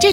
这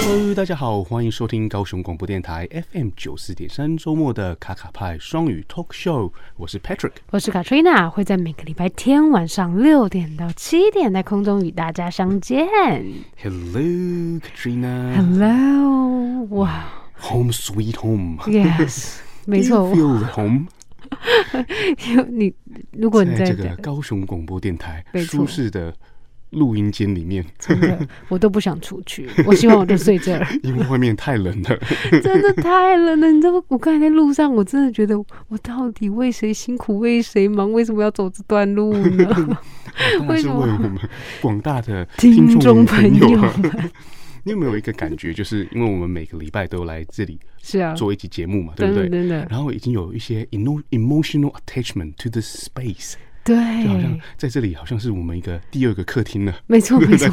Hello，大家好，欢迎收听高雄广播电台 FM 九四点三周末的卡卡派双语 Talk Show，我是 Patrick。我是 Katrina，会在每个礼拜天晚上六点到七点在空中与大家相见。 Hello，Katrina。 Hello，哇 Home sweet home。 ，Yes，没 Do 错 you，Feel at home。你如果你在在这个高雄广播电台没舒错适的录音间里面，真的， 我都不想出去，我希望我就睡这儿，因为外面太冷了。真的太冷了。你知道吗，我刚才在路上，我真的觉得我到底为谁辛苦，为谁忙，为什么要走这段 路呢？当然是 为什么为我们广大的听众众朋朋友 友啊们。你有没有一个感觉，就是因为我们每个礼拜都来这里是啊，做一集节目嘛，对真不的对？真的，然后已经有一些 emo emotional attachment to the space，对，就好像在这里好像是我们一个第二个客厅了。没错没 错，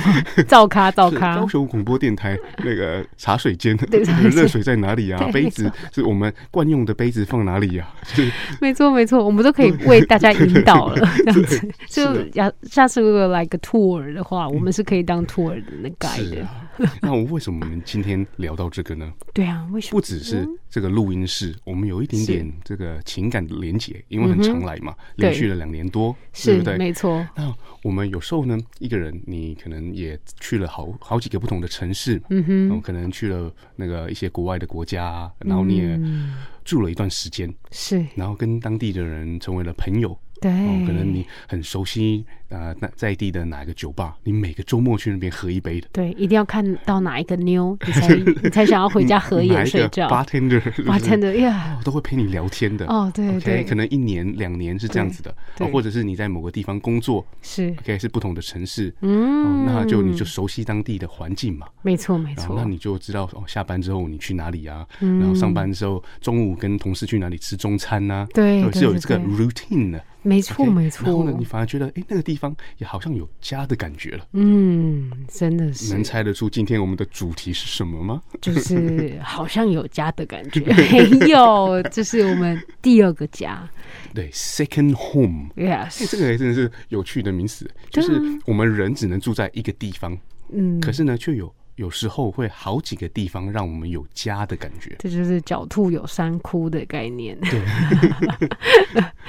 照咖照是咖高，雄广播电台那个茶水间， 对茶水间 热水在哪里啊？ 对杯子是我们惯用的杯子放哪里呀、啊 就是没错，没错，我们都可以为大家引导了，这样子。是的就下下次如果来个 tour 的话，我们是可以当 tour 的那 guide 是的。啊。那我为什么我们今天聊到这个呢？对啊，为什么不只是这个录音室，我们有一点点这个情感的连结，因为很常来嘛，嗯对连续了两年多，对是不对？没错？那我们有时候呢，一个人你可能也去了好好几个不同的城市，嗯然哼后，可能去了那个一些国外的国家啊，哦然后你也嗯住了一段时间，是然后跟当地的人成为了朋友，对哦，，可能你很熟悉呃那在地的哪一个酒吧，你每个周末去那边喝一杯的，对一定要看到哪一个妞，你 才你才想要回家合哪眼一睡个觉。 bartender 是不哇，是 真的呀，哦都会陪你聊天的。哦，对 OK，对，可能一年两年是这样子的，对哦对或者是你在某个地方工作是，OK 是不同的城市，哦嗯，那就你就熟悉当地的环境嘛，没错没然后错那，你就知道哦，下班之后你去哪里啊，嗯然后上班之后中午跟同事去哪里吃中餐呐、对对，对是有这个对 routine 的，没错 OK，没然后错呢，，你反而觉得哎，那个地方也好像有家的感觉了。嗯，真的是能猜得出今天我们的主题是什么吗？就是好像有家的感 觉，没有，这是我们第二个家对，second home。哎，这，yes，个还真的是有趣的名词，就对啊是我们人只能住在一个地方，嗯，可是呢，却有有时候会好几个地方让我们有家的感觉。这就是狡兔有三窟的概 念，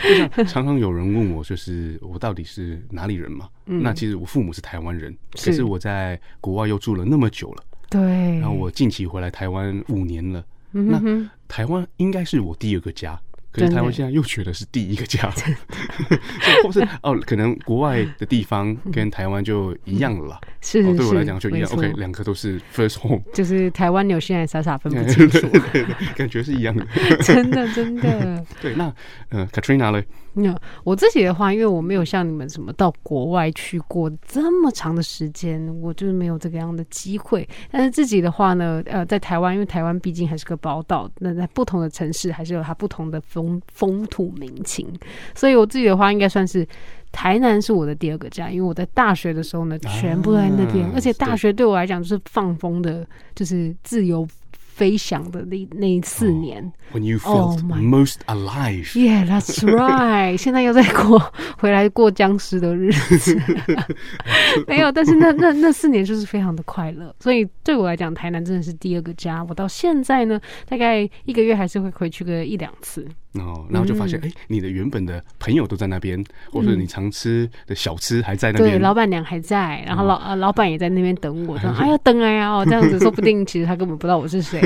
就像常常有人问我，就是我到底是哪里人嘛？那其实我父母是台湾人，嗯是可是我在国外又住了那么久了，对，然后我近期回来台湾五年了，嗯哼哼，台湾应该是我第二个家。可是真的台湾现在又觉得是第一个 家，或是哦，可能国外的地方跟台湾就一样了啦。 是哦，对我是来 讲就一没样错，OK，两个都是 first home，就是台湾纽西兰傻傻分不对清对楚，对，对感觉是一样的。真的真的。对，那呃，Katrina 呢？那、我自己的话，因为我没有像你们什么到国外去过这么长的时间，我就是没有这个样的机会。但是自己的话呢，呃，在台湾，因为台湾毕竟还是个宝岛，那在不同的城市还是有它不同的风风土民情，所以我自己的话应该算是。台南是我的第二个家，因为我在大学的时候呢，啊全部都在那边，而且对大学对我来讲就是放风的，就是自由飞翔的那那四年。 When you felt Oh my- most alive， Yeah, that's right 。现在又在过回来过僵尸的 日子，没有。但是那那那四年就是非常的快乐，所以对我来讲，台南真的是第二个家。我到现在呢，大概一个月还是会回去个一两次。哦，然后就发嗯现，哎、你的原本的朋友都在那边，或者你常吃的小吃还在那对，边，老板娘还在，然嗯后老、呃老板也在那边 等我，这样哎呀等哎呀哦，这样子说不定其实他根本不知道我 是谁，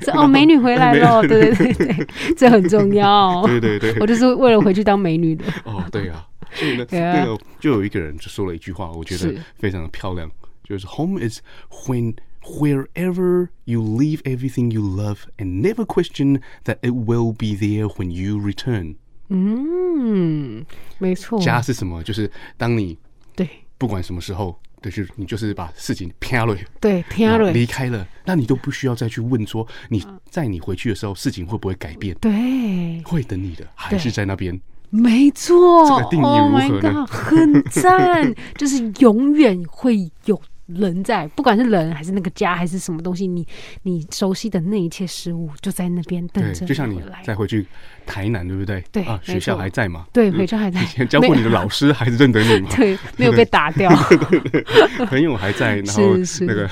说哦美女回来了，对对对对，这很重要。对对 对，我就是为了回去当美女的，哦，对啊， 所以呢，对啊那个就有一个人就说了一句话，我觉得是非常的漂亮，就是 “Home is when wherever you leave everything you love and never question that it will be there when you return”。嗯，没错，家是什么？就是当你对。不管什么时候，对，就是你就是把事情啪了。对，偏爱然后瑞离开了，那你都不需要再去问说嗯你在你回去的时候事情会不会改变，对，会等你的，还是在那边。没错，这个定义 oh 如 my 何呢 God，很 赞，就是永远会有人在，不管是人还是那个家还是什么东西，你你熟悉的那一切事物就在那边等对，着，就像你再回去台南，对不对？对啊，没学校错还在吗？对回家还在以前 教过嗯你的老师还认得你吗？对没有被打掉，朋友还在，然后是那个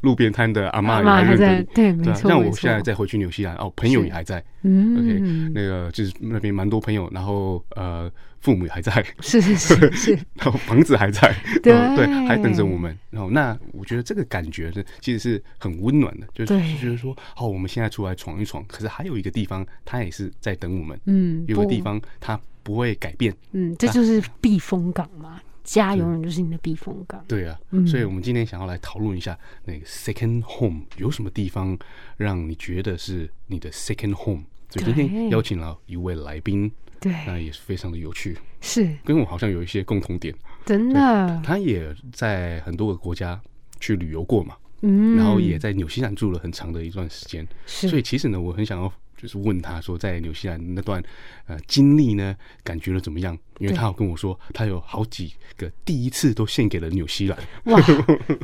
路边摊的阿妈阿也嬷还还认得在你。对没对啊，错像没我错现在再回去纽西兰哦，朋友也还在。OK，嗯，那个就是那边蛮多朋友，然后呃，父母也还在， 是是是是，然后房子还 在，对嗯对，还等着我们。然后那我觉得这个感觉呢，其实是很温暖的，就是对就觉得说，哦，我们现在出来闯一闯，可是还有一个地方，它也是在等我们，嗯，有个不地，方啊它不会改变。嗯，这就是避风港嘛，家永远就是你的避风港，对啊，嗯所以我们今天想要来讨论一下那个 second home 有什么地方让你觉得是你的 second home。所以今天对邀请了一位来宾，对，那也是非常的有趣，是跟我好像有一些共同点。真的，他也在很多个国家去旅游过嘛，嗯，然后也在纽西兰住了很长的一段时间。是所以其实呢，我很想要就是问他说，在纽西兰那段呃经历呢，感觉的怎么样？因为对他有跟我说，他有好几个第一次都献给了纽西兰。 哇，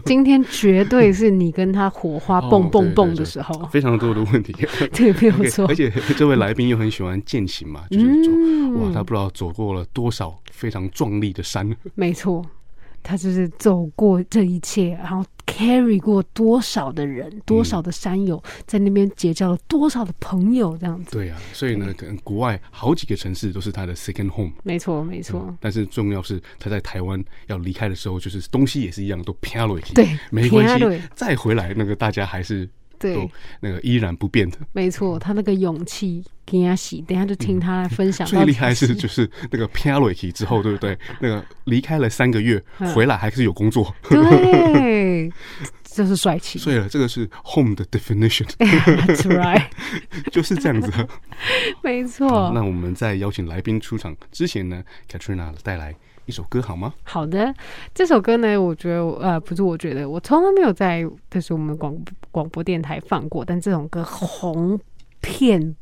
今天绝对是你跟他火花哦啊蹦蹦对蹦对对的时候，非常多的问题。对， 没有 OK，错而，且这位来宾又很喜欢践行嘛，就是走、嗯哇，他不知道走过了多少非常壮丽的 山。没错，他就是走过这一切，然后 carry 过多少的人，嗯多少的山友，在那边结交了多少的朋友，这样子，对啊，所以呢，可能国外好几个城市都是他的 second home。嗯没错，没错，但是重要是他在台湾要离开的时候，就是东西也是一样都飘了一地，对没关飘了系，再回来那个大家还是都嗯对，那个依然不变的。没错，他那个勇气。给他洗，等一下就听他来分享到底。嗯最厉害是就是那个 p a l o 之后，对不对？那个离开了三个月，嗯回来还是有工作， 对，就是帅气。所以这个是 home 的 definition， That's right，就是这样子。哦没好错。那我们在邀请来宾出场之前呢，Katrina 带来一首歌好吗？好的，这首歌呢，我觉得我呃，不是，我觉得我从来没有在就是我们广广播电台放过，但这种歌红遍。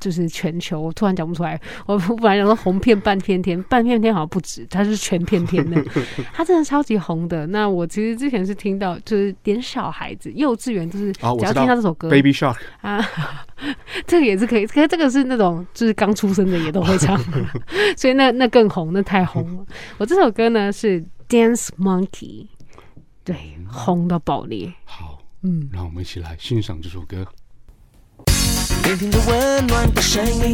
就是全球，我突然讲不出来。我我本来想说红遍半片天，半片天好像不止，它是全片 天的，它真的超级红的。那我其实之前是听到，就是连小孩子、幼稚园，就是啊，我只要知道听到这首歌， Baby Shark，啊，这个也是可以，可是这个是那种就是刚出生的也都会唱，所以那那更红，那太红了。我这首歌呢是 Dance Monkey，对，红到爆裂。好，嗯，让我们一起来欣赏这首歌。聆听着温暖的声音，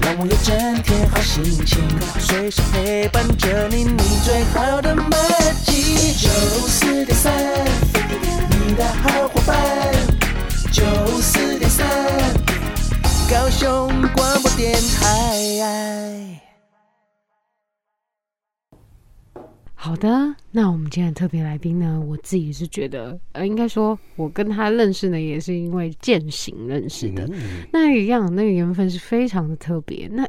让我有整天好心情，随时陪伴着你，你最好的默契。九四点三，你的好伙伴。九四点三，高雄广播电台。好的，那我们今天的特别来宾呢，我自己是觉得，呃，应该说我跟他认识呢，也是因为践行认识的。嗯那一样，那个缘分是非常的特别。那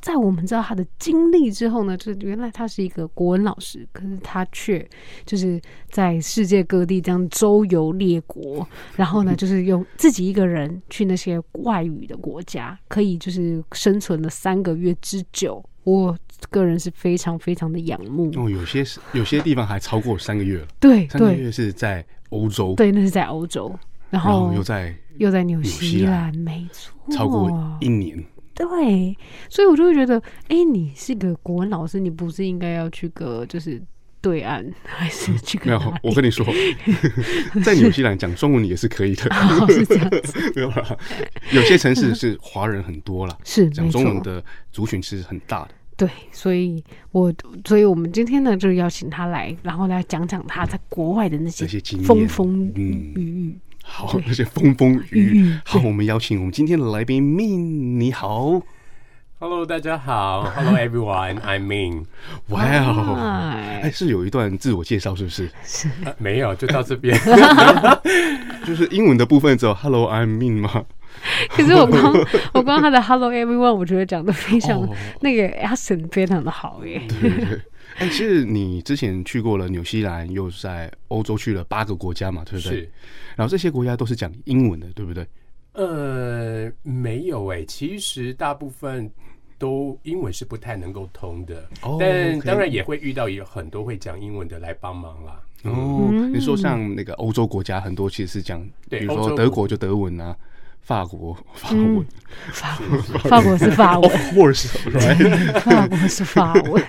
在我们知道他的经历之后呢，就是原来他是一个国文老师，可是他却就是在世界各地这样周游列国，然后呢，嗯就是用自己一个人去那些外语的国家，可以就是生存了三个月之久。我个人是非常非常的仰慕哦，有些是有些地方还超过三个月了，对三个对月是在欧洲，对，哦那是在欧洲，然然后后又在又在纽纽西西兰兰，没错，超过一 年。对，所以我就会觉得，哎、你是个国文老师，你不是应该要去个就是对岸， 还是去嗯没个有哪，我跟 你说，在纽西兰讲中文也是可以的，里哦是这样 子，没有啦。有些城市是华人很多啦，是讲没中文错的族群是很大的。对，所以我，所以我们今天呢，就邀请他来，然后来讲讲他在国外的那些这些经验风风嗯雨雨。好， 而且风风雨雨雨雨。好，我们邀请我们今天的来宾 Min，你好， Hello，大家好。Hello everyone，I'm Ming、哇哦，哎，哎，是有一段自我介绍是不是？呃没有，就到这边。就是英文的部分只有 Hello，I'm Min 吗？ 可是我光我光他的 “Hello everyone”，我觉得讲的非常、哦那个 accent 非常的好耶。对对对。哎，其实你之前去过了纽西兰，又在欧洲去了八个国家嘛， 对不对？是，然后这些国家都是讲英文的，对不对？呃，没有诶、其实大部分都英文是不太能够通的，哦但 OK 当然也会遇到有很多会讲英文的来帮忙啦。哦，你说像那个欧洲国家很多其实是讲，比对如欧说洲德国就德文啊，法国法文法国是法，Of 文， course，right？法国是法文，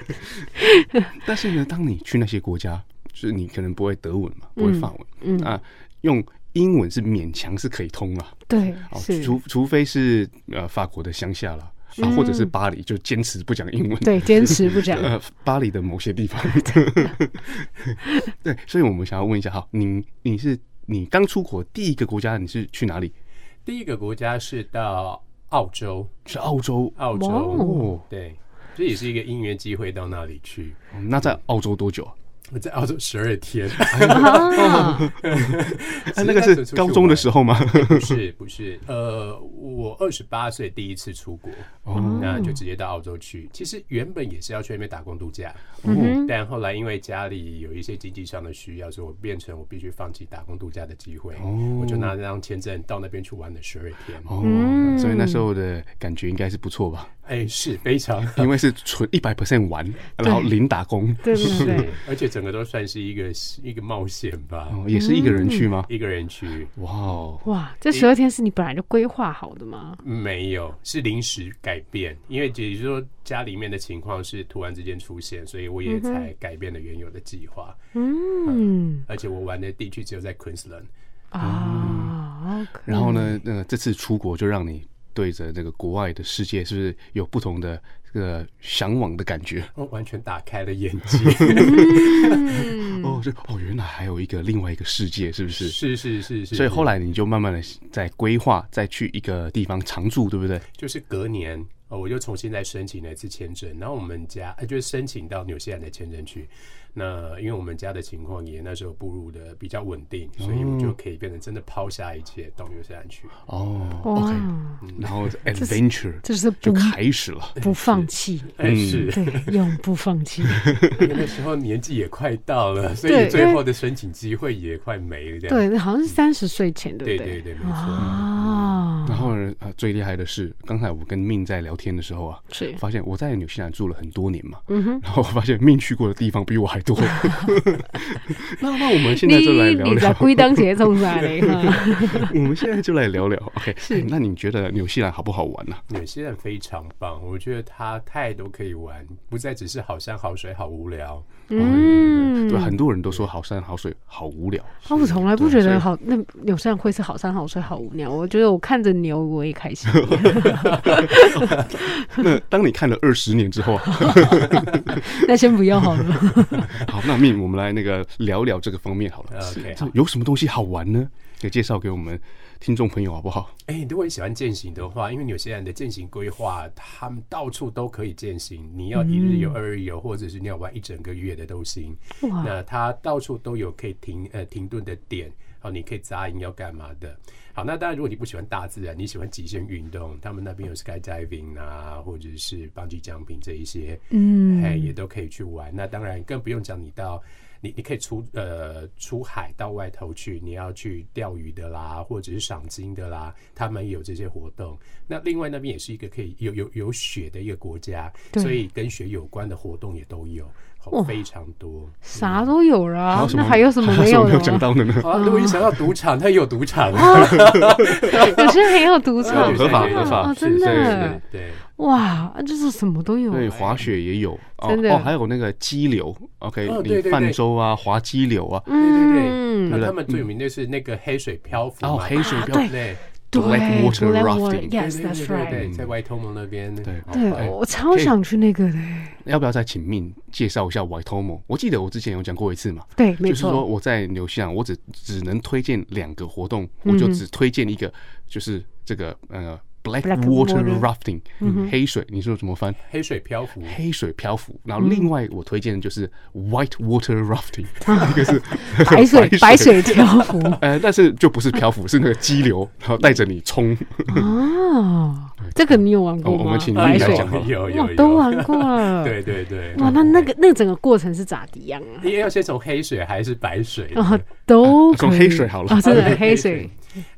但是呢，当你去那些国家，就是你可能不会德文嘛，不会法文，嗯啊，用英文是勉强是可以通了， 对，哦，是，嗯除除非是呃法国的乡下啦，啊，或者是巴黎就坚持不讲英文，对，坚持 不讲。呃，巴黎的某些地 方。对，所以我们想要问一下，哈，你你是你刚出国第一个国家，你是去哪里？第一个国家是到澳洲，是澳洲澳洲，哇哦对，这也是一个因缘机会到那里去。哦那在澳洲多久啊？我在澳洲十二天，啊，哎， 那个是高中的时候。候吗？ 不是不是，呃，我二十八岁第一次出国，哦那就直接到澳洲去。其实原本也是要去那边打工度假，嗯但后来因为家里有一些经济上的需要，所以我变成我必须放弃打工度假的机会，我就拿那张签证到那边去玩了十二天。哦，嗯所以那时候的感觉应该是不错吧，哎、是 非常。因为是纯一百 percent 玩，然后零打工，对对对对，，而且整个都算是一个一个冒险吧， 哦，也是一个人嗯去吗？一个人去哇哦，哇，这十二天是你本来就规划好的吗？没有，是临时改变，因为也就是说家里面的情况是突然之间出现，所以我也嗯才改变了原有的计划。嗯而且我玩的地区只有在 Queensland，啊，OK，然后呢，那、个这次出国就让你对着那个国外的世界，是不是有不同的这个向往的感觉？我哦完全打开了眼界。嗯哦，就哦，原来还有一个另外一个世界，是不 是？是是是是，所以后来来你就慢慢的在规划，再去一个地方常住，对不对？就是隔年。哦，我就重新再申请了一次签证，然后我们家呃就是申请到纽西兰的签证去。那因为我们家的情况也那时候步入的比较稳定，所以嗯我就可以变成真的抛下一切到纽西兰去。哦哇，OK，，然后 adventure 这是嗯就不开始了。不放弃， 哎、嗯是，对，永不放弃。因为那时候年纪也快到了，所对以最后的申请机会也快没了，这样。对，好像是三十岁前，对对不对对？对，没错。啊，然后呢，呃，最厉害的是，刚才我跟命在聊天的时候啊，是发现我在纽西兰住了很多年嘛，嗯然后我发现命去过的地方比我还 多。那那我们现在就来聊你你在聊，归档节冲啥嘞？ 哈我们现在就来聊聊。OK，是， 那你觉得纽西兰好不好玩呢、纽西兰非常棒，我觉得它太多可以玩，不再只是好山好水好无聊。嗯啊对，很多人都说好山好水好无 聊。啊我从来不觉对所以得好，那纽西兰会是好山好水好无聊。我觉得我看着牛我也开 心。那当你看了二十年之 后啊，那先不要好 了。好，那命我们来那个聊聊这个方面好了。 OK，这好有什么东西好玩呢？可以介绍给我们听众朋友好不好？哎、如果你喜欢践行的话，因为纽西兰的践行规划，他们到处都可以践行。你要一嗯日游、二日游，或者是你要玩一整个月的都行。哇那它到处都有可以停呃停顿的点，好，你可以扎营要干嘛的。好，那当然，如果你不喜欢大自然，你喜欢极限运动，他们那嗯边有 skydiving 啊，或者是 bungee jumping 这一些，嗯，哎，也都可以去玩。那当然更不用讲，你到你你可以出呃出海到外头去，你要去钓鱼的啦，或者是赏金的啦，他们也有这些活动。那另外那边也是一个可以有有有雪的一个国家，对所以跟雪有关的活动也都有，好哇非常多。啥都有了啊、还有 什么那还有什么没有还的有讲 吗？到的呢？好了，如果你想到赌场，它也有赌场， 有些还有啊赌对场，合法合法哦，真是是的是，对，哇，就是什么都有。对，滑雪也有，哦真的哦，还有那个激流，OK，哦对你对对泛舟啊，滑激流啊，对对对，嗯那他们最有名的是那个黑水漂浮然后哦嘛，哦黑水漂啊对对对 black water rafting y 对 e s 对 that's 对 right。对，在外头蒙那边，哦对好对，我超想去那个的。要不要再请命介绍一下 Waitomo？我记得我之前有讲过一次嘛，对，没就是说错，我在纽西兰，我只只能推荐两个活动，我就只推荐一个，就是这个呃 black Black water water 嗯 rafting 黑水，你说怎么翻？黑水漂浮，黑水漂浮，然嗯后另外我推荐的就是 white water rafting，一个是白水白水漂浮 呃，但是就不是漂浮，是那个激流，然后带着你冲。哦，这个你有玩过哦吗？我们请白丽来水讲好了。啊有有哇有，都玩 过了。对对对，哇，那那个那整个过程是咋的样啊？你要先从黑水还是白水？啊，都可 以从黑水好了啊，真的对黑水，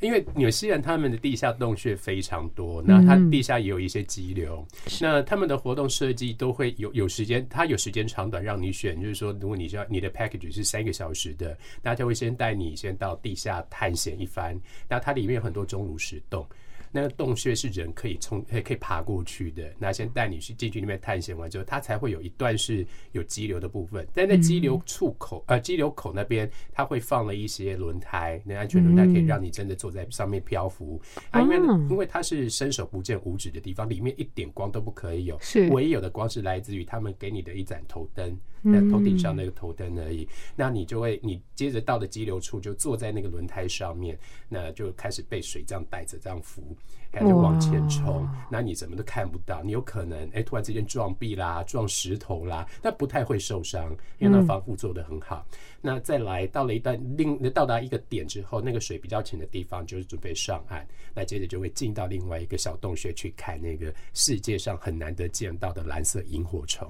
因为纽西兰他们的地下洞穴非常多，那它地下也有一些激流，那他们的活动设计都会有有时间，它有时间长短让你选，就是说，如果你是要你的 package 是三个小时的，那他会先带你先到地下探险一番，那它里面有很多钟乳石洞。那个洞穴是人可以冲，可以可以爬过去的。那先带你去进去里面探险完之后，它才会有一段是有激流的部分。但嗯在激流出口，呃，激流口那边，它会放了一些轮胎，那安全轮胎可以让你真的坐在上面漂浮。啊，因为哦因为它是伸手不见五指的地方，里面一点光都不可以有，是唯一有的光是来自于他们给你的一盏头灯，嗯那头顶上那个头灯而已。那你就会，你接着到了激流处，就坐在那个轮胎上面，那就开始被水这样带着这样浮，开始往前冲。那你什么都看不到，你有可能哎、突然之间撞壁啦，撞石头啦，但不太会受伤，因为那防护做得很好。那再来到了一段另到达一个点之后，那个水比较浅的地方，就是准备上岸。那接着就会进到另外一个小洞穴去看那个世界上很难得见到的蓝色萤火虫。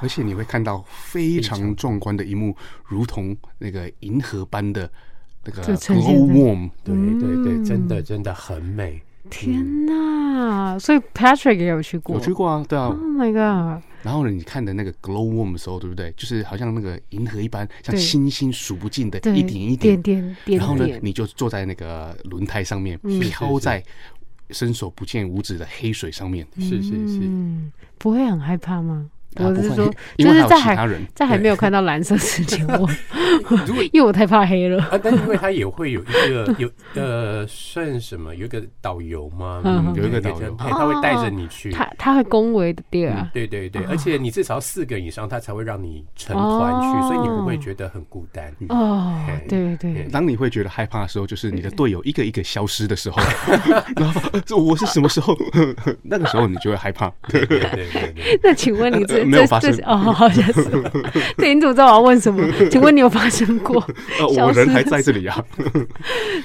而且你会看到非常壮观的一幕，如同那个银河般的那个就呈现在 glow warm。对对对，真的真的很美。天哪！所以 Patrick 也有去过我嗯去过啊，对啊。 ，Oh my god！然后呢，你看的那个 glow warm 的时候，对不对？就是好像那个银河一般，像对星星数不尽的对，一点一点点点嗯然后呢，点，你就坐在那个轮胎上面，飘在伸手不见五指的黑水上面。是是是，嗯，不会很害怕吗？啊我不是会说，因就为还是有在其他还人在还没有看到蓝色之前，我如果 因为我太怕黑了。啊，但是因为它也会有一 个有呃算什么，有一个导游吗？嗯有一个对导游哦他他会带着你嗯去。他他会恭维的对啊，对对对，而且你至少四个人以上，他才会让你成团去，哦所以你不会觉得很孤单。嗯哦嘿，对对嘿，当你会觉得害怕的时候，就是你的嗯队友一个一个消失的时候，然后呃这我是什么时候？ 那个时候你就会害 怕。对对对对对， 那请问你呃这没有这发生这哦，好像是。 对，你怎么知道我要问什么？请问你有发生过？呃，消我失人还的在这里 啊。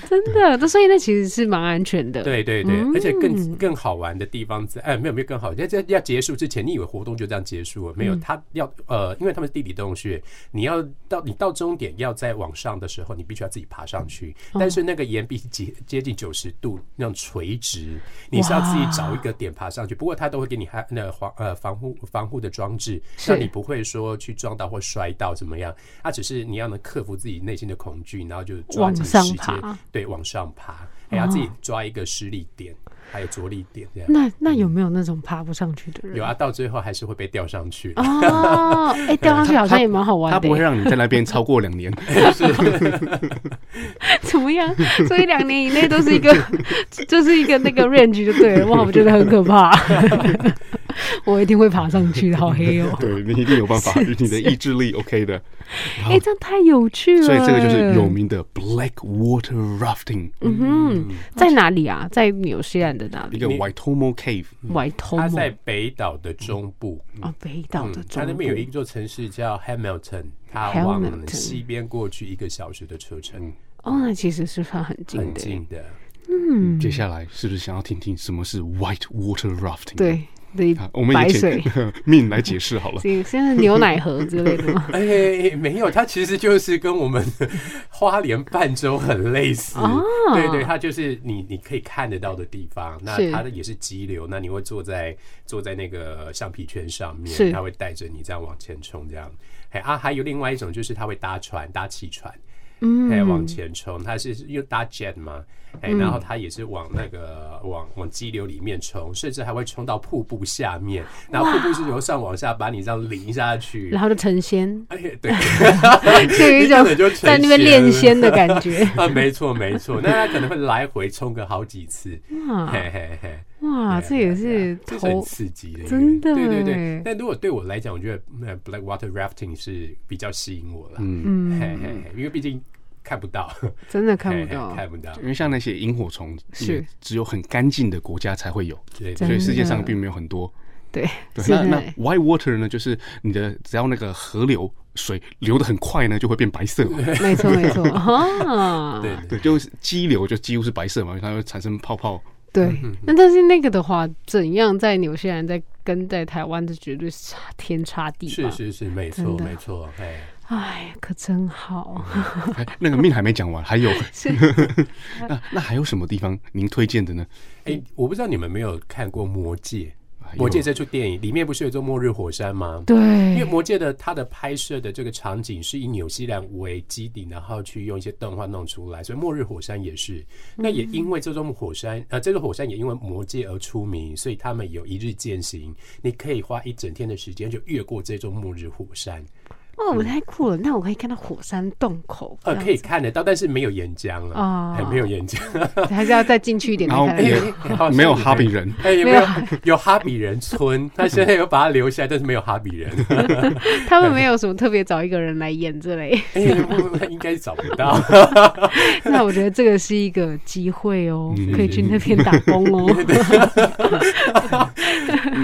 真的，那所以那其实是蛮安全的。嗯对对对，而且更更好玩的地方在，哎，没有没有更好，在这要结束之前，你以为活动就这样结束了？没有，嗯它要呃，因为他们是地理洞穴，你要到你到终点要再往上的时候，你必须要自己爬上去，嗯但是那个岩壁接接近九十度那种垂直，你是要自己找一个点爬上去。不过它都会给你还那防呃防护防护的装置，是让你不会说去撞到或摔到怎么样，它只是你要能克服自己内心的恐惧，然后就抓往紧上时间爬。对，往上爬，还哦要自己抓一个施力点，还有着力点这样。那那嗯有没有那种爬不上去的人？有啊，到最后还是会被吊上去。哦，哎，掉上去好像也蛮好玩他的。不会让你在那边超过两年。怎么样？所以两年以内都是 一个，就是一个那个 range 就对了。哇，我觉得很 可怕，我一定会爬上去的，好黑 哦！对你一定有办 法，你的意志力 OK 的。哎、这样太有趣了。所以这个就是有名的 black water rafting，嗯在哪里啊？在纽西兰的哪一里？个 Waitomo Cave。外头它吗？在北岛的中部，啊，北岛的它中那部。边有一座城市叫 Hamilton，它往 Hamilton 西边过去一个小时的车程，哦，那其实是算很近很的。近的。嗯接下来是不是想要听听什么是 white water rafting？对，对啊，，我们白以水前， 命来解释好 了。这现在牛奶河之类的 吗？ 哎，没有，它其实就是跟我们花莲半洲很类似。哦对对，它就是你你可以看得到的地方。那是它的也是激流，那你会坐在坐在那个橡皮圈上是面，它会带着你这样往前冲，这样。哎啊，还有另外一种就是它会搭船，搭汽船。嗯哎，往前冲，它是又搭 jet 嘛，哎，然嗯后它也是往那个往往激流里面冲，甚至还会冲到瀑布下面，然后瀑布是由上往下把你这样淋下去，然后就成仙， 哎，对，就有一你根本就种成在那边仙练了仙的感 觉。啊，没错没错，那他可能会来回冲个好几 次，哇嘿嘿嘿。哇，这也是这啊头很刺激的一个，真的哎对对耶对。但如果对我来讲，我觉得呃 black water rafting 是比较吸引我了，嗯，嘿嘿嘿，因为毕竟看不到，真的看嘿不 嘿到，看不到，因为像那些萤火虫，是也只有很干净的国家才会有，对所真对以世界的上并没有很多。对，对，是那那的 white water 呢，就是你的只要那个河流水流的很快呢，就会变白色嘛。没错没 错啊，对对对，就是激流就几乎是白色嘛，因为它会产生泡泡。对。那但是那个的话，怎样在纽西兰在跟在台湾的绝对是差天差地是吧？是是，没错真的没错，哎，哎，可真好。还哎那个命还没讲完，还有 是 那那还有什么地方您推荐的呢？哎、我不知道你们有没有看过《魔戒》。哎《呦魔戒》这出电影里面不是有座末日火山吗？因为对《魔戒》的它的拍摄的这个场景是以纽西兰为基底，然后去用一些动画弄出来，所以《末日火山》也是。那也因为这座火山，呃，这座火山也因为《魔戒》而出名，所以他们有一日践行，你可以花一整天的时间就越过这座末日火山，哦，太酷了！那我可以看到火山洞口，呃，这样可以子，看得到，但是没有岩浆了，哦哎没有岩浆。 还是要再进去一点才然后看得也到。好没有像哈比也人，哎，有没没有有有哈比人村？他现在有把它留下来，但是没有哈比人。他们没有什么特别找一个人来演这类，哎，不应该找不到，那我觉得这个是一个机会哦，嗯可以去那边打工哦。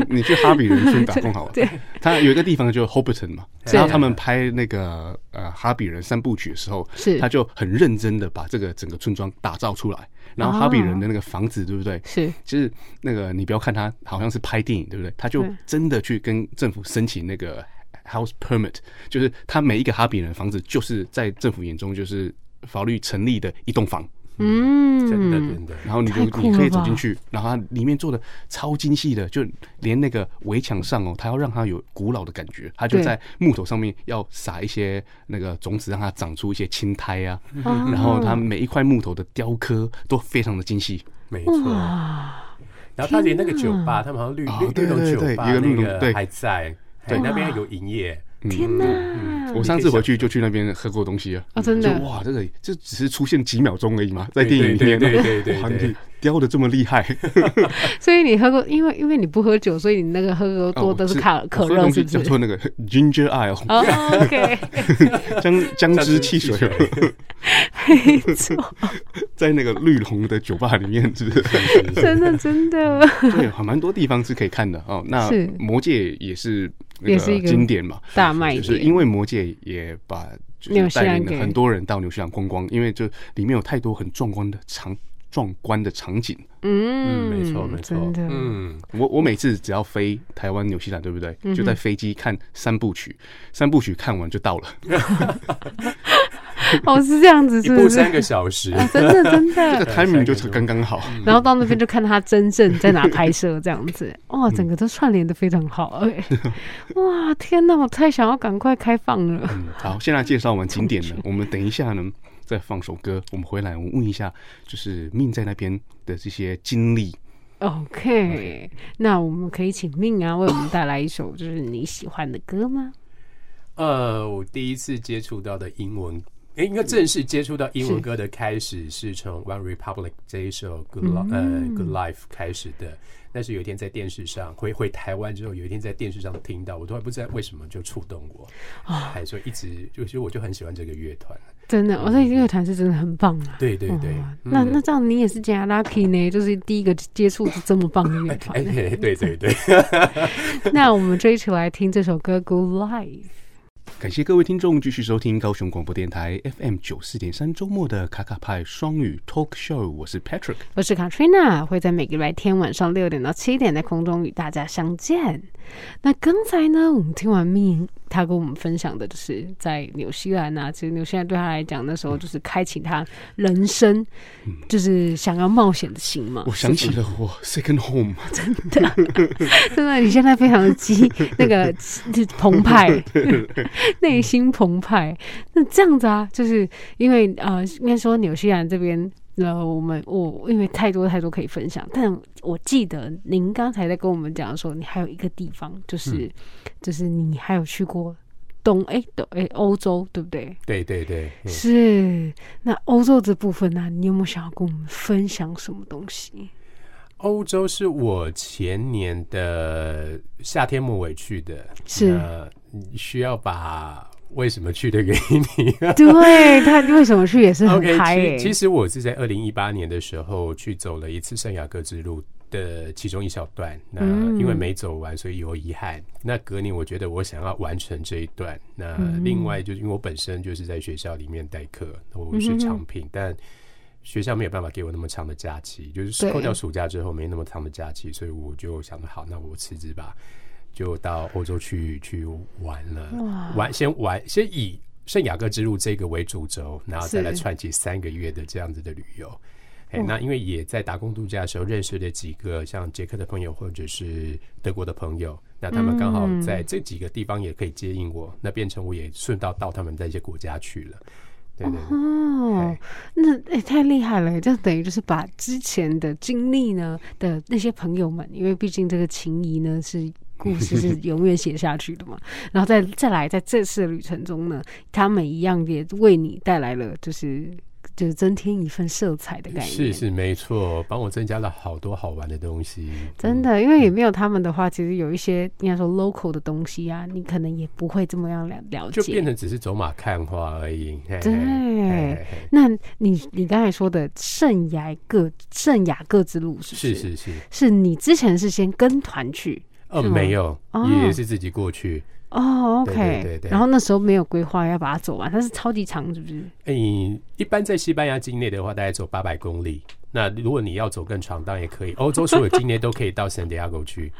你去哈比人村打工好了。 对，他有一个地方就 Hobbiton 嘛，对然后他们拍那个呃哈比人三部曲的时候，是他就很认真的把这个整个村庄打造出来，然哦后哈比人的那个房子，对不对？是就是那个你不要看他好像是拍电影，对不对？他就对真的去跟政府申请那个 house permit，就是他每一个哈比人的房子就是在政府眼中就是法律成立的一栋房。嗯，真的真的。然后你就太酷了你可以走进吧去，然后它里面做的超精细的，就连那个围墙上哦，它要让它有古老的感觉，它就对在木头上面要撒一些那个种子，让它长出一些青苔啊。啊然后它每一块木头的雕刻都非常的精细，没错。啊然后他连那个酒吧，他们好像绿哦绿对绿龙对酒对吧一个绿那龙对个还在，对，那边有营业。天哪！我上次回去就去那边喝过东西啊。嗯哦，真就的，哇，这个这只是出现几秒钟而已嘛，在对电影里面，对对对对哇对你雕的这么厉害，所以你喝过，因为因为你不喝酒，所以你那个喝的 多的是哦可我可喝乐，东是西不叫是？做那个 ginger ale，哦，OK， 姜姜汁嗯汽水姜汁汽水，没错， 在那个绿龙的酒吧里面，是不是？真的真的， 对，还蛮多地方是可以看的哦。那是《魔戒》也是那也是一个经典嘛，大卖就是点因为《魔戒》也把就纽是西兰带领了给很多人到纽西兰观光，因为就里面有太多很壮观的场壮观的场景。嗯，嗯没错没错真，的，嗯，我我每次只要飞台湾、纽西兰，对不对？就在飞机看三部曲，三部曲看完就到了。哦，是这样子，一是步不是？三啊，个小时，真的真 这的，个 timing 就是刚刚好。然后到那边就看他真正在哪拍摄，这样子，哇，整个都串联的非常好，哎，哇，天哪，我太想要赶快开放 了，嗯好，现在介绍完景点呢，我们等一下呢再放首歌，我们回来我问一下，就是命在那边的这些经历。 OK，那我们可以请命啊为我们带来一首就是你喜欢的歌吗？呃，我第一次接触到的英文，诶应该正式接触到英文歌的开始是从 One Republic 这一首 Good Life、呃嗯 Good Life 开始的。那是有一天在电视上回回台湾之后，有一天在电视上听到，我突然不知道为什么就触动我，哦哎，所以一直就是我就很喜欢这个乐团。真的，我这乐团是真的很棒啊。对对对，嗯哇那那这样你也是加 lucky 呢，就是第一个接触这么棒的 乐哎、团。嘿嘿对对对，那我们就一起来听这首歌《Good Life》。感谢各位听众继续收听高雄广播电台 FM 九四点三周末的卡卡派双语 Talk Show，我是 Patrick。我是 Katrina，会在每个礼拜天晚上六点到七点在空中与大家相见。那刚才呢，我们听完命，他跟我们分享的就是在纽西兰啊，其实纽西兰对他来讲，那时候就是开启他人生，嗯就是想要冒险的心嘛我。想起了我 Second Home，真的，你现在非常的 激那个就是澎湃，内心澎湃。那这样子啊，就是因为呃，应该说纽西兰这边。呃，我们我因为太多太多可以分享，但我记得您刚才在跟我们讲说，你还有一个地方，嗯就是、就是你还有去过东哎东哎欧洲，对不对？对对对，嗯是。那欧洲这部分呢、你有没有想要跟我们分享什么 东西？欧洲是我前年的夏天末尾去的，是那需要把为什么去的原因你。对他为什么去也是很 OK，嗨、欸其其实我是在二零一八年的时候去走了一次圣雅各之路的其中一小段，那嗯因为没走完，所以有遗憾。那隔年我觉得我想要完成这一段。那嗯另外就是因为我本身就是在学校里面代课，我是常聘，但。学校没有办法给我那么长的假期，就是对扣掉暑假之后没那么长的假期，所以我就想着好，那我辞职吧，就到欧洲去去玩了。玩先玩，先以圣雅各之路这个为主轴，然后再是来串起三个月的这样子的旅游。哎，那因为也在打工度假的时候认识了几个像捷克的朋友或者是德国的朋友，那他们刚好在这几个地方也可以接应我，那变成我也顺道到他们的一些国家去了。对对对，哦哎，那哎、太厉害了！这等于就是把之前的经历呢的那些朋友们，因为毕竟这个情谊呢是故事 是永远写下去的嘛。然后再再来，在这次的旅程中呢，他们一样也为你带来了就是就是增添一份色彩的概念。是是没错，帮我增加了好多好玩的东西。真的，因为也没有他们的话，其实有一些应该说 local 的东西啊，你可能也不会这么样了了解。就变成只是走马看花而已。嘿嘿对嘿嘿嘿那你你刚才说的圣雅各圣雅各之路是不是是是，是你之前是先跟团去哦，是吗没有哦，也是自己过去。哦，OK，对对对对然后那时候没有规划要把它走完，它是超级长，是不是？哎，一般在西班牙境内的话，大概走八百公里。那如果你要走更长，当然也可以。欧洲所有境内都可以到圣地亚哥去。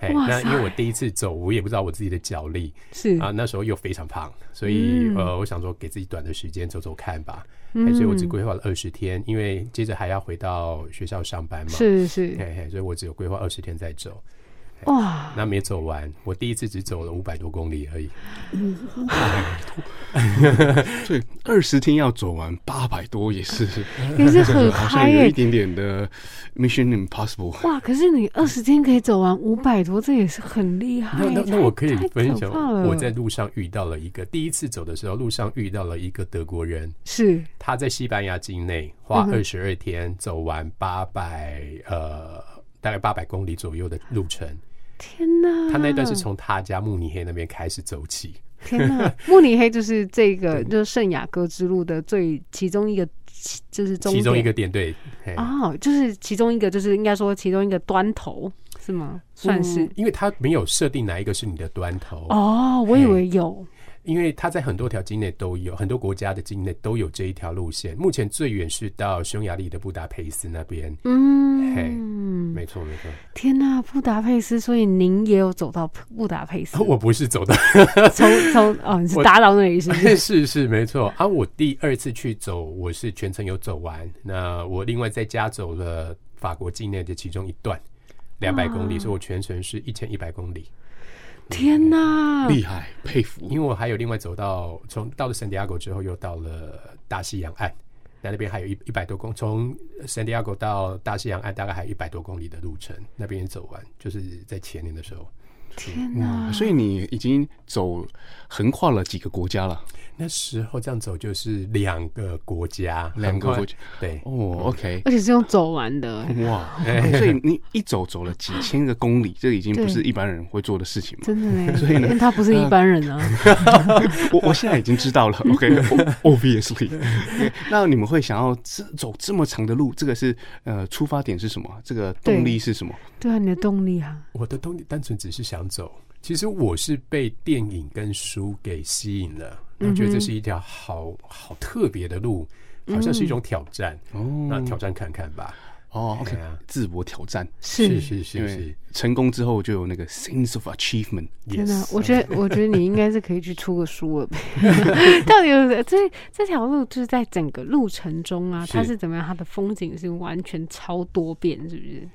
哎， 哇那塞嗯因为我第一次走，我也不知道我自己的脚力是啊，那时候又非常胖，所以、嗯呃，我想说给自己短的时间走走看吧。哎，所以我只规划了二十天，因为接着还要回到学校上班嘛。，是是，嘿嘿，所以我只有规划二十天再走。哎哇，那没走完，我第一次只走了五百多公里而已。所以二十天要走完八百多也是，也是很好嗨像有耶一 点点的 Mission Impossible。哇！可是你二十天可以走完五百多，这也是很厉害那耶。那那哎太我可以太分可享怕，了我在路上遇到了一个，第一次走的时候，路上遇到了一个德国人，是他在西班牙境内嗯花二十二天走完八百、呃大概八百公里左右的路程。天哪，他那段是从他家慕尼黑那边开始走起， 天哪，慕尼黑就是这个就是圣雅各之路的最其中一个，就是终其中一点个点对，嘿哦，就是其中一个，就是应该说其中一个端头是吗？算是、因为他没有设定哪一个是你的端头，哦，我以为有因为它在很多条境内都有，很多国家的境内都有这一条路线。目前最远是到匈牙利的布达佩斯那边。嘿嗯，没错，没错。 天呐，布达佩斯，所以您也有走到布达佩 斯，我不是走的，从从哦，你是我打到那里是不是？ 是是没错啊。我第二次去走，我是全程有走完。那我另外在家走了法国境内的其中一段，两百啊公里，所以我全程是一千一百公里。天呐，厉害，佩服！因为我还有另外走到从到了圣地亚哥之后，又到了大西洋岸，那那边还有一一百多公，从圣地亚哥到大西洋岸大概还有一百多公里的路程，那边也走完，就是在前年的时候，天呐，所以你已经走横跨了几个国家了，那时候这样走就是两个国家，两个很快国家对。嗯哦，OK， 而且是用走完 的，哇！嗯所以你一走走了几千个公里，这已经不是对一般人会做的事情嘛。真的嘞，所以呢因为他不是一般人 啊，嗯我我现在已经知 道了，OK，obviously。OK，那 你们会想要这走这么长的路，这个是呃出发点是什么？这个动力是什么？对啊，你的动力啊，我的动力单纯只是想走。其实我是被电影跟书给吸引了，我觉得这是一条好好特别的路，好像是一种挑战。哦那挑战看看吧。哦，OK，对啊自我挑战，是是因是为是成功之后就有那个 sense of achievement。天呐， ，yes。我觉 得，我觉得你应该是可以去出个书了。 到底有这这条路，就是在整个路程中啊，它是是怎么样？它的风景是完全超多变，是不是？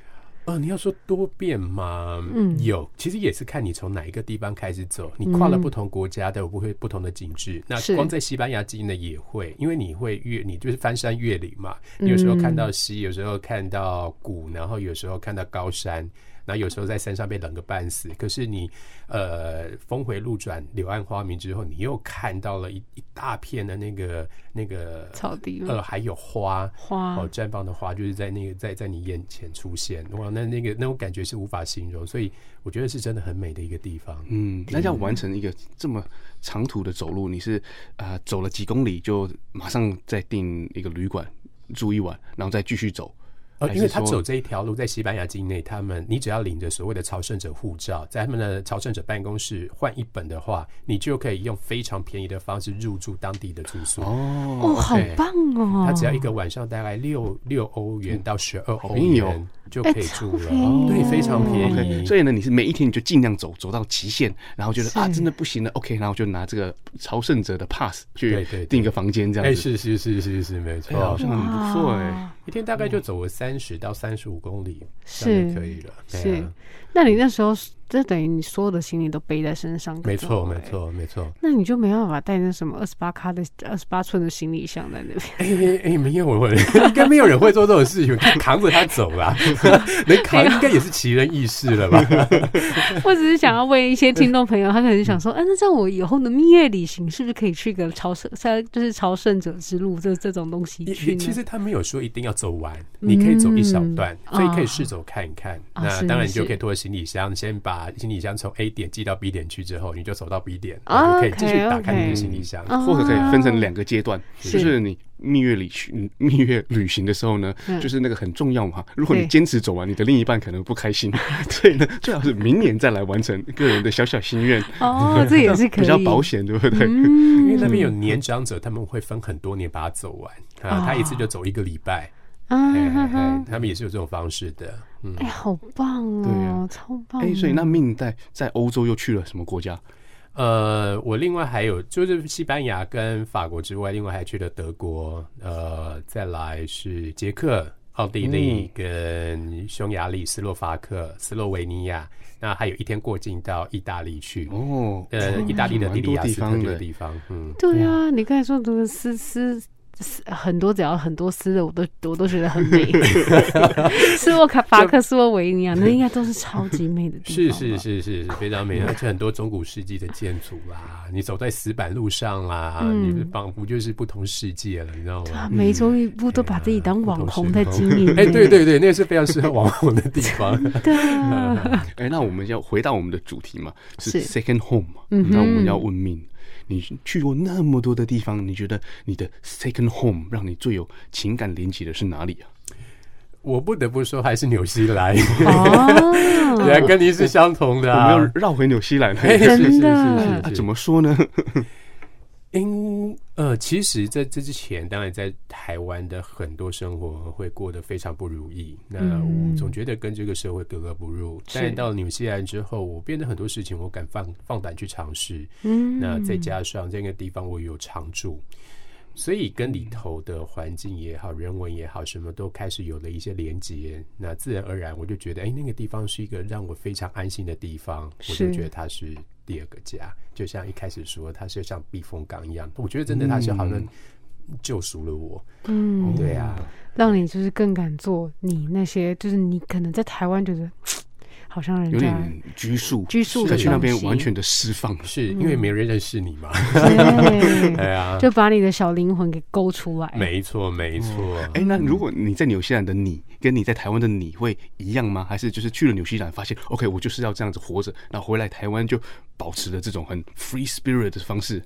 呃，你要说多变吗？嗯，有，其实也是看你从哪一个地方开始走，你跨了不同国家的，不会不同的景致。那嗯是光在西班牙境内也会，因为你会越，你就是翻山越岭嘛，嗯你有时候看到溪，有时候看到谷，然后有时候看到高山。然后有时候在山上被冷个半死，可是你，呃，峰回路转，柳暗花明之后，你又看到了一一大片的那个那个草地吗呃，还有花，花哦，绽放的花就是在那个在在你眼前出现，哇，那那个那种感觉是无法形容，所以我觉得是真的很美的一个地方。嗯，那要完成一个这么长途的走路，你是呃走了几公里就马上再订一个旅馆住一晚，然后再继续走，呃，还因为是他说走这一条路，在西班牙境内，他们你只要领着所谓的朝圣者护照，在他们的朝圣者办公室换一本的话，你就可以用非常便宜的方式入住当地的住宿。哦哦，好棒哦！他只要一个晚上大概六六欧元到十二欧便宜元，哦就哎可以超住了，便宜对，非常便宜 OK，。所以呢，你是每一天你就尽量走，走到极限，然后觉得是啊，真的不行了，OK，然后就拿这个朝圣者的 pass 对去对对订一个房间这哎，样子，是是是是是，没哎，好错，像很不错哎。一天大概就走了三十到三十五公里，是这样就可以了。对是啊，那你那时候这等于你所有的行李都背在身上，没错没。错没错。那你就没办法带那什么二十八卡的二十八寸的行李箱在那边， 哎哎哎，没有人会， 应该没有人会做这种事情，扛着它走 啦，能扛啊应该也是奇人异事了吧？我只是想要问一些听众朋友，他可 能想说，哎、那这样我以后的蜜月旅行是不是可以去个朝圣， 三就是朝圣者之路这这种东西也去也呢？其实他没有说一定要走完，你可以走一小段，嗯所以可以试走看一看。啊那是当然，你是就可以拖着行李箱，先把行李箱从 A 点寄到 B 点去之后，你就走到 B 点，啊你就可以继续 OK，打开你 OK 的行李箱。啊或者可以分成两个阶段，是就是你蜜月旅行、蜜月旅行的时候呢，嗯就是那个很重要嘛。如果你对坚持走完，你的另一半可能不开 心， 所以呢，最好是明年再来完成个人的小小心愿，哦，这也 是可以比较保。险，对不对？嗯因为那边有年长者，他们会分很多年把它走完哦啊，他一次就走一个礼拜，啊哎哎哈哎哈，他们也是有这种方式的。嗯，哎，好棒对啊，哦超棒 的！哎，所以那命在在欧洲又去了什么国家？呃，我另外还有就是西班牙跟法国之外，另外还去了德国，呃，再来是捷克、奥地利、跟匈牙利、斯洛伐克、斯洛维尼亚，那还有一天过境到意大利去，哦，呃，意大利的蛮蒂里多亚地斯特方这个的，地方，嗯。对啊，你刚才说的丝丝丝很多，只要很多丝的，我都我都觉得很 美。斯洛卡法克、斯洛维尼亚，那应该都是超级美的地是方。 是。是是是非常 美，而且很多中古世纪的建筑啦，你走在石板路上啦，嗯你仿佛就是不同世界了，你知道吗？啊，每走一步都把自己当网红在经营。哎，对对对，那是非常适合网红的地方。对 啊，哎，那我们要回到我们的主题嘛，是是 second home 嘛？嗯哼那我们要问命，你去过那么多的地方，你觉得你的 second home 让你最有情感连接的是哪里啊？我不得不说，还是纽西兰，哦， 对啊，跟你是相同的我啊。们要绕回纽西兰了， 嘿是是是真是的 啊是，怎么说呢？嗯因呃，其实在这之前，当然在台湾的很多生活会过得非常不如意。那我总觉得跟这个社会格格不入。嗯是但到纽西兰之后，我变得很多事情我敢放放胆去尝试。嗯那再加上这个地方我有常住，所以跟里头的环境也好、人文也好，什么都开始有了一些连接。那自然而然，我就觉得，哎，那个地方是一个让我非常安心的地方，我是就觉得它是第二个家。就像一开始说，它是像避风港一样，我觉得真的它是好像救赎了我。嗯，嗯对啊，让你就是更敢做你那些，就是你可能在台湾觉得好像人有家点拘束，啊拘束的再去那边东西完全的释放。是因为没人认识你嘛？对，嗯 对 啊，就把你的小灵魂给勾出来。哎没错，没错。哎，那如果你在纽西兰的你跟你在台湾的你会一样吗？还是就是去了纽西兰发现，OK，我就是要这样子活着，那回来台湾就保持了这种很 free spirit 的方式？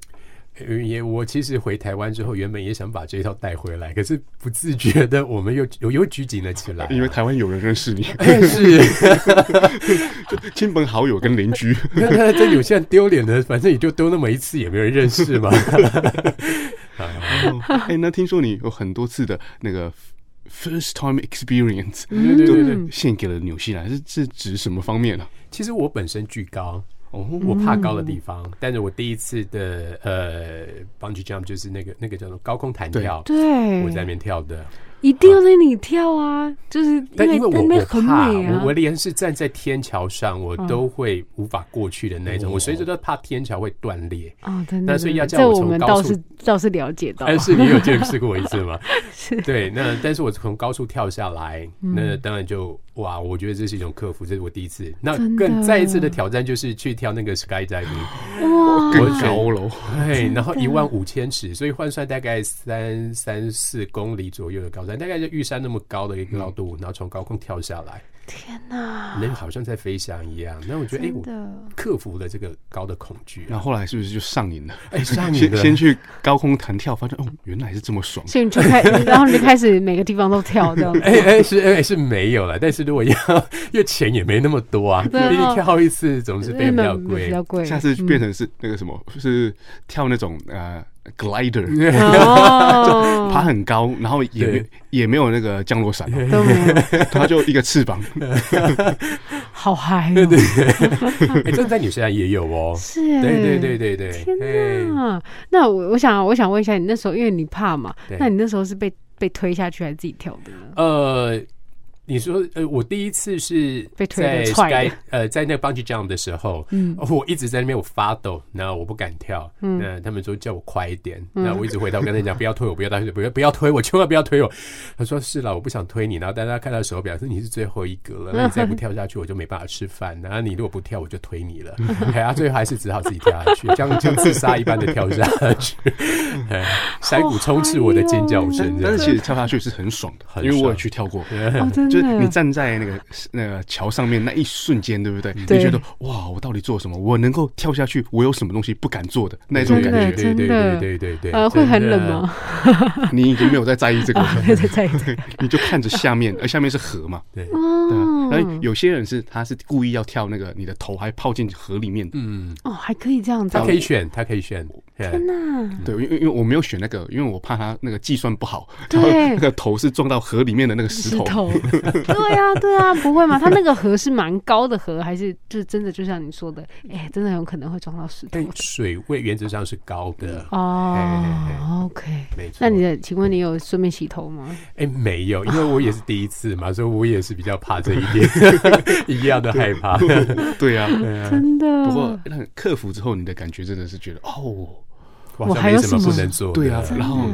呃也，我其实回台湾之后，原本也想把这一套带回来，可是不自觉的，我们又又又拘谨了起来、 因为台湾有人认识你，是， 亲朋好友跟邻 居。那那这有些人丢脸的，反正也就丢那么一次，也没有人认识嘛。哦哎，那听说你有很多次的那个 first time experience，对嗯对对对，都献给了纽西兰，是是指什么方面啊呢、 其实我本身巨高，哦，我怕高的地方，但是我第一次的呃 bungee jump 就是那个那个叫做高空弹跳，对我，在那边跳的，一定要在那里跳啊！就是因但因为为那我边我很怕，美啊嗯我我。连是站在天桥上，我都会无法过去的那种，我随时都怕天桥会断裂。哦，真的，那所以要真叫的我这我从们高倒速是倒是了解到，但是你有见识过一次 吗？是，对，那但是我从高处跳下来，嗯那当然就哇，我觉得这是一种克服，这是我第一次。那真的哦更再一次的挑战就是去跳那个 skydiving，哇，更高楼，哎，然后一万五千尺，所以换算大概三三四公里左右的高山，大概就玉山那么高的一个高嗯度，然后从高空跳下来，天哪！人好像在飞翔一样。那我觉得，哎，啊真我的克服了这个高的恐惧，啊然后后来是不是就上瘾了？哎上瘾先了。先去高空弹跳，发现哦，原来是这么爽。所以你就开， 然后你就开始每个地方都跳，这样子。 哎哎是哎是没有了，但是如果要因为钱也没那么多啊，对啊毕竟跳一次总是变日比较本贵比。较贵，下次变成是那个什么，是跳那种呃 glider， 哦，爬很高，然后也没对也没有那个降落伞哦，都没有，它就一个翅膀，好嗨、哦，哎，这在纽西兰也有 哦。是，对对对。对对，天哎哪！那我我想我想问一下，你那时候因为你怕嘛对，那你那时候是被被推下去还是自己跳的呢？呃，你说呃，我第一次是被推在的踹 Sky 的呃，在那个 bungee jump 的时候，嗯，我一直在那边我发抖，然后我不敢跳，嗯，那他们说叫我快一点，嗯那我一直回头跟他讲不要推我，不要推我，不要不要推我，千 万不要推我。他说是啦，我不想推你。然后大家看到手表，说你是最后一个了，那你再不跳下去我就没办法吃饭。然后你如果不跳，我就推你 了。哎呀，最后还是只好自己跳下去，这样像自杀一般的跳下去，哎山谷充斥我的尖叫声。这但样是其实跳下去是很爽嗯的，很因为我也爽去跳过，哎哦，真就是的，你站在那个那个桥上面那一瞬间，对不对？你对觉得哇，我到底做什么？我能够跳下去，我有什么东西不敢做的 那种感真觉？的对对真对的对对对，呃，会很冷真的？吗？你已经哦没有在在意这个啊，了， 对对对对， 你就看着下面，呃而下面是河嘛， 对，对啊。哦，然后有些人是他是故意要跳那个，你的头还泡进河里面的。嗯，哦，还可以这样子他，可以选，他可以选，天哪！对，因为因为我没有选那个，因为我怕他那个计算不好，然对后那个头是撞到河里面的那个石石头。头， 对啊，对啊，不会吗？它那个河是蛮高的河，还是就真的就像你说的，哎、真的有可能会撞到石头但水位原则上是高的，嘿嘿哦。OK，没错。嗯那你的，请问你有顺便洗头吗？哎没有，因为我也是第一次嘛，所以我也是比较怕这一 点，一样的害怕。对嗯啊，呃真的，哎不过那克服之后，你的感觉真的是觉得哦，我还像没有什么什不么能做的，对嗯啊，然后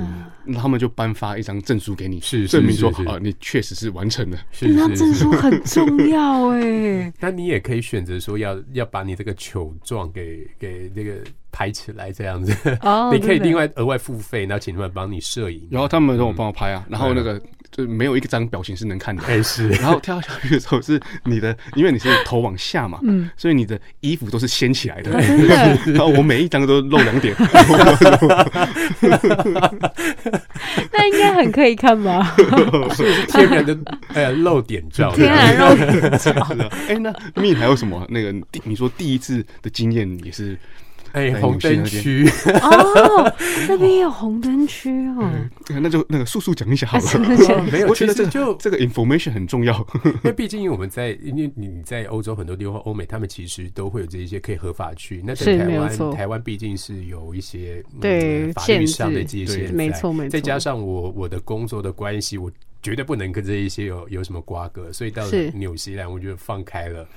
他们就颁发一张证书给你，是是证明说是是啊，你确实是完成了。是那证是是。书很重要 。哎那你也可以选择说要要把你这个球状给给那个拍起来这样子，哦你可以真的另外额外付费，然后请他们帮你摄影。然后他们让我帮我拍啊，然后那个就没有一张表情是能看的。哎 是，然后跳下去的时候是你的，因为你是头往下嘛，嗯所以你的衣服都是掀起来的。 然后我每一张都露两 点，那应该很可以 看吧？ 天然的呃露点照，天啊然肉啊是啊，哎、那蜜还有什么？那个第你说第一次的经验也是哎在红纽西兰灯那边区。 哦，那边有红灯区嗯哦。呃那就那个速速讲一下好啊是了。不是没有我觉得其这实就就这个 information 很重要。因为毕竟我们在，因为你在欧洲很多地方，欧美他们其实都会有这一些可以合法区。那在是台没有湾，错台湾毕竟是有一些、嗯对法律限上的制界对限在，没错没错再加上我我的工作的关系，我绝对不能跟这一些有有什么瓜葛，所以到了是纽西兰，我就放开了。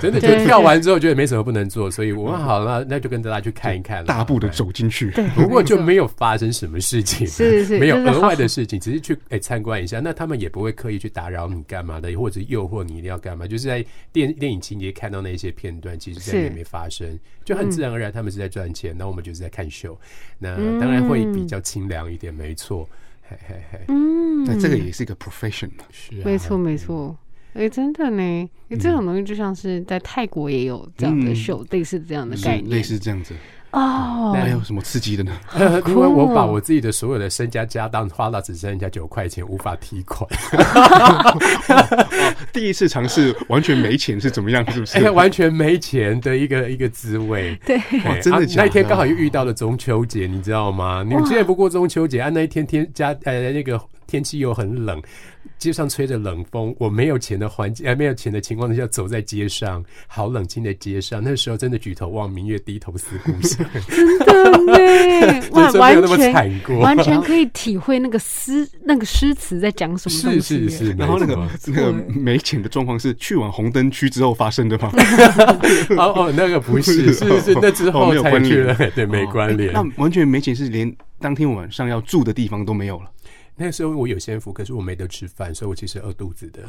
真的就对跳完之后觉得没什么不能做，所以我好了，那就跟大家去看一看了。大步的走进去， 对，不过就没有发生什么事情，啊 是是没有就是好额外的事情，只是去哎参观一下。那他们也不会刻意去打扰你干嘛的，或者诱惑你一定要干嘛。就是在电电影情节看到那些片段，其实在是里面发生，就很自然而然，他们是在赚钱，那我们就是在看秀。那嗯当然会比较清凉一点，没错。嘿嘿嘿，嗯那这个也是一个 profession 嘛是啊嗯没错没错。哎、真的呢，哎、这种东西就像是在泰国也有这样的秀，类似这样的是概念类似这样子。 哦。还有什么刺激的呢？ 因为我把我自己的所有的身家家当花到只剩下九块钱，无法提款。第一次尝试完全没钱是怎么样？是不是哎？呀，完全没钱的一个一个滋味。对，哇哦真的假的那一天刚好又遇到了中秋节，你知道吗？你们现在不过中秋节啊，那一天天家呃那个天气又很冷，街上吹着冷风，我没有钱的环境，呃没有钱的情况之下走在街上，好冷清的街上，那时候真的举头望明月，低头思故 乡， 对，人哇，生没有完那么全惨过。完全可以体会那个诗那个诗词在讲什么东是西是耶。是，然后那个没错那个没钱的状况是去完红灯区之后发生的吗？哦哦，那个 不 是，是是那之哦后没有才关去了联， 哦对，没关联。那完全没钱是连当天晚上要住的地方都没有了。那时候我有先服，可是我没得吃饭，所以我其实饿肚子的。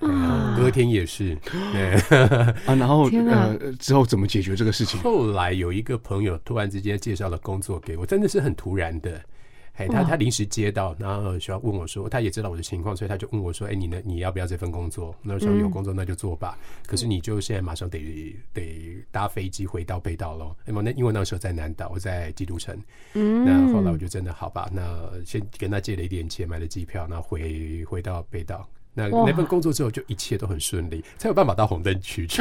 嗯，隔天也是。对，啊，然后天啊呃，之后怎么解决这个事 情？ 后来有一个朋友突然之间介绍了工作给我，真的是很突然的。哎，他他临时接到，然后需要问我说，他也知道我的情况，所以他就问我说：“哎，你呢？你要不要这份工作？”那我说有工作那就做吧。嗯可是你就现在马上得得搭飞机回到北岛喽。那么那因为那时候在南岛，我在基督城。嗯，那后来我就真的好吧，那先跟他借了一点钱，买了机票，那回回到北岛。那哇那份工作之后，就一切都很顺利，才有办法到红灯区 去。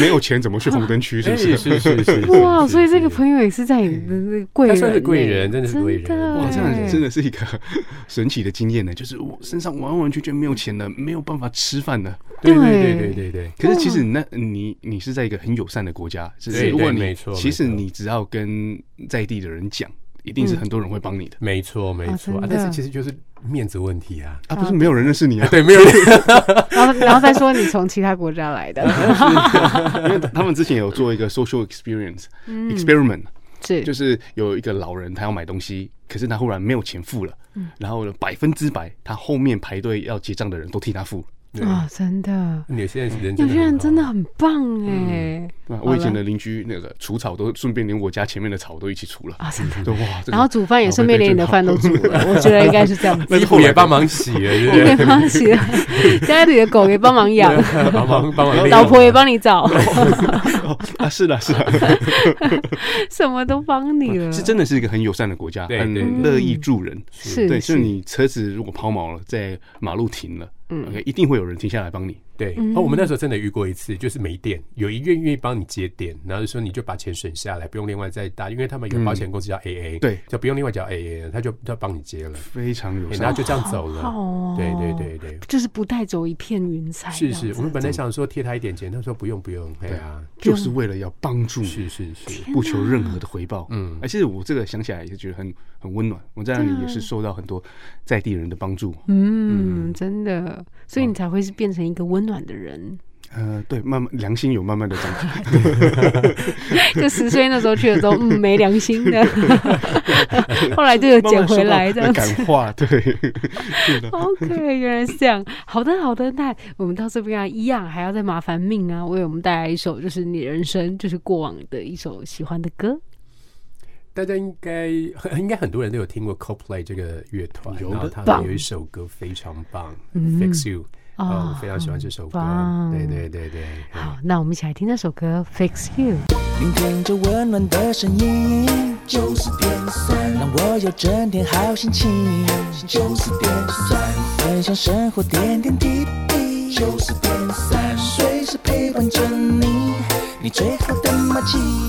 没有钱怎么去红灯区？是哎不哎是是？是 是是，哇，是所以这是个朋友也是在你的那个贵他人呢，算是贵人真的是贵人真的 哇，这样真的的是一个 神奇的经验呢，就是我身上完完全全没有钱了，没有办法吃饭了。对对对对对对对，可是其实你啊那你你是在一个很友善的国家，只是对如果对你没错其实没错你只要跟在地的人讲，一嗯定是很多人会帮你的没错没啊错啊真，的但是其实就是面子问题啊。 啊，不是没有人认识 你啊，对，没有人然后然后再说你从其他国家来的， 因为他们之前有做一个 social experience 嗯 experiment，是就是有一个老人他要买东西，可是他忽然没有钱付了，嗯然后呢百分之百他后面排队要结账的人都替他付了。啊，真的，有些人有些人真的好嗯很棒哎，对吧好我以前了的邻居那个除草都顺便连我家前面的草都一起除了啊，真的。对哇，这个然后煮饭也顺便连你的饭都煮 了，我觉得应该是这样子。衣服也帮忙洗了， 对不也对？帮起 了，家里的狗也帮忙养，帮忙帮忙，啊老婆也帮 你找， 啊，是的，是的， 什么都帮 你了。是真的是一个很友善的国家，嗯对对嗯很乐意助人。是对，就是是你车子如果抛锚了，在马路停了，嗯，一定会有人停下来帮你。对，嗯哦，我们那时候真的遇过一次，就是没电，有一愿愿意帮你接电，然后就说你就把钱省下来，不用另外再搭，因为他们有保险公司叫嗯 AA，、对就不用另外叫 AA，他就他帮你接了，非常友欸然善后，就这样走了。好哦对对对对，就是不带走一片云彩这是样子。是，我们本来想说贴他一点钱，他说不用不用，哎呀、就是为了要帮助你，是是是，不求任何的回报。嗯，而且我这个想起来也是觉得很很温暖。我在那里也是受到很多在地人的帮助。啊嗯，真的，所以你才会是变成一个温暖 的人。呃，对，慢慢良心有慢慢的长大。就十岁那时候去的时候，嗯，没良心 的，后来就有 捡回来这的样感子。化，对， OK，原来是这样。好的，好的，那我们到这边啊，一样还要再麻烦命啊，为我们带来一首就是你人生就是过往的一首喜欢的歌。大家应该应该很多人都有听过 Coldplay 这个乐团，有的然后他棒们有一首歌非常棒、f i x You，哦啊、我非常喜欢这首歌棒，对对对对，嗯好，那我们一起来听那首歌《Fix You》。聆听着温暖的声音，九十点三，让我有整天好心情。九十点三，分享生活点点滴滴。九十点三，随时陪伴着你，你最好的默契。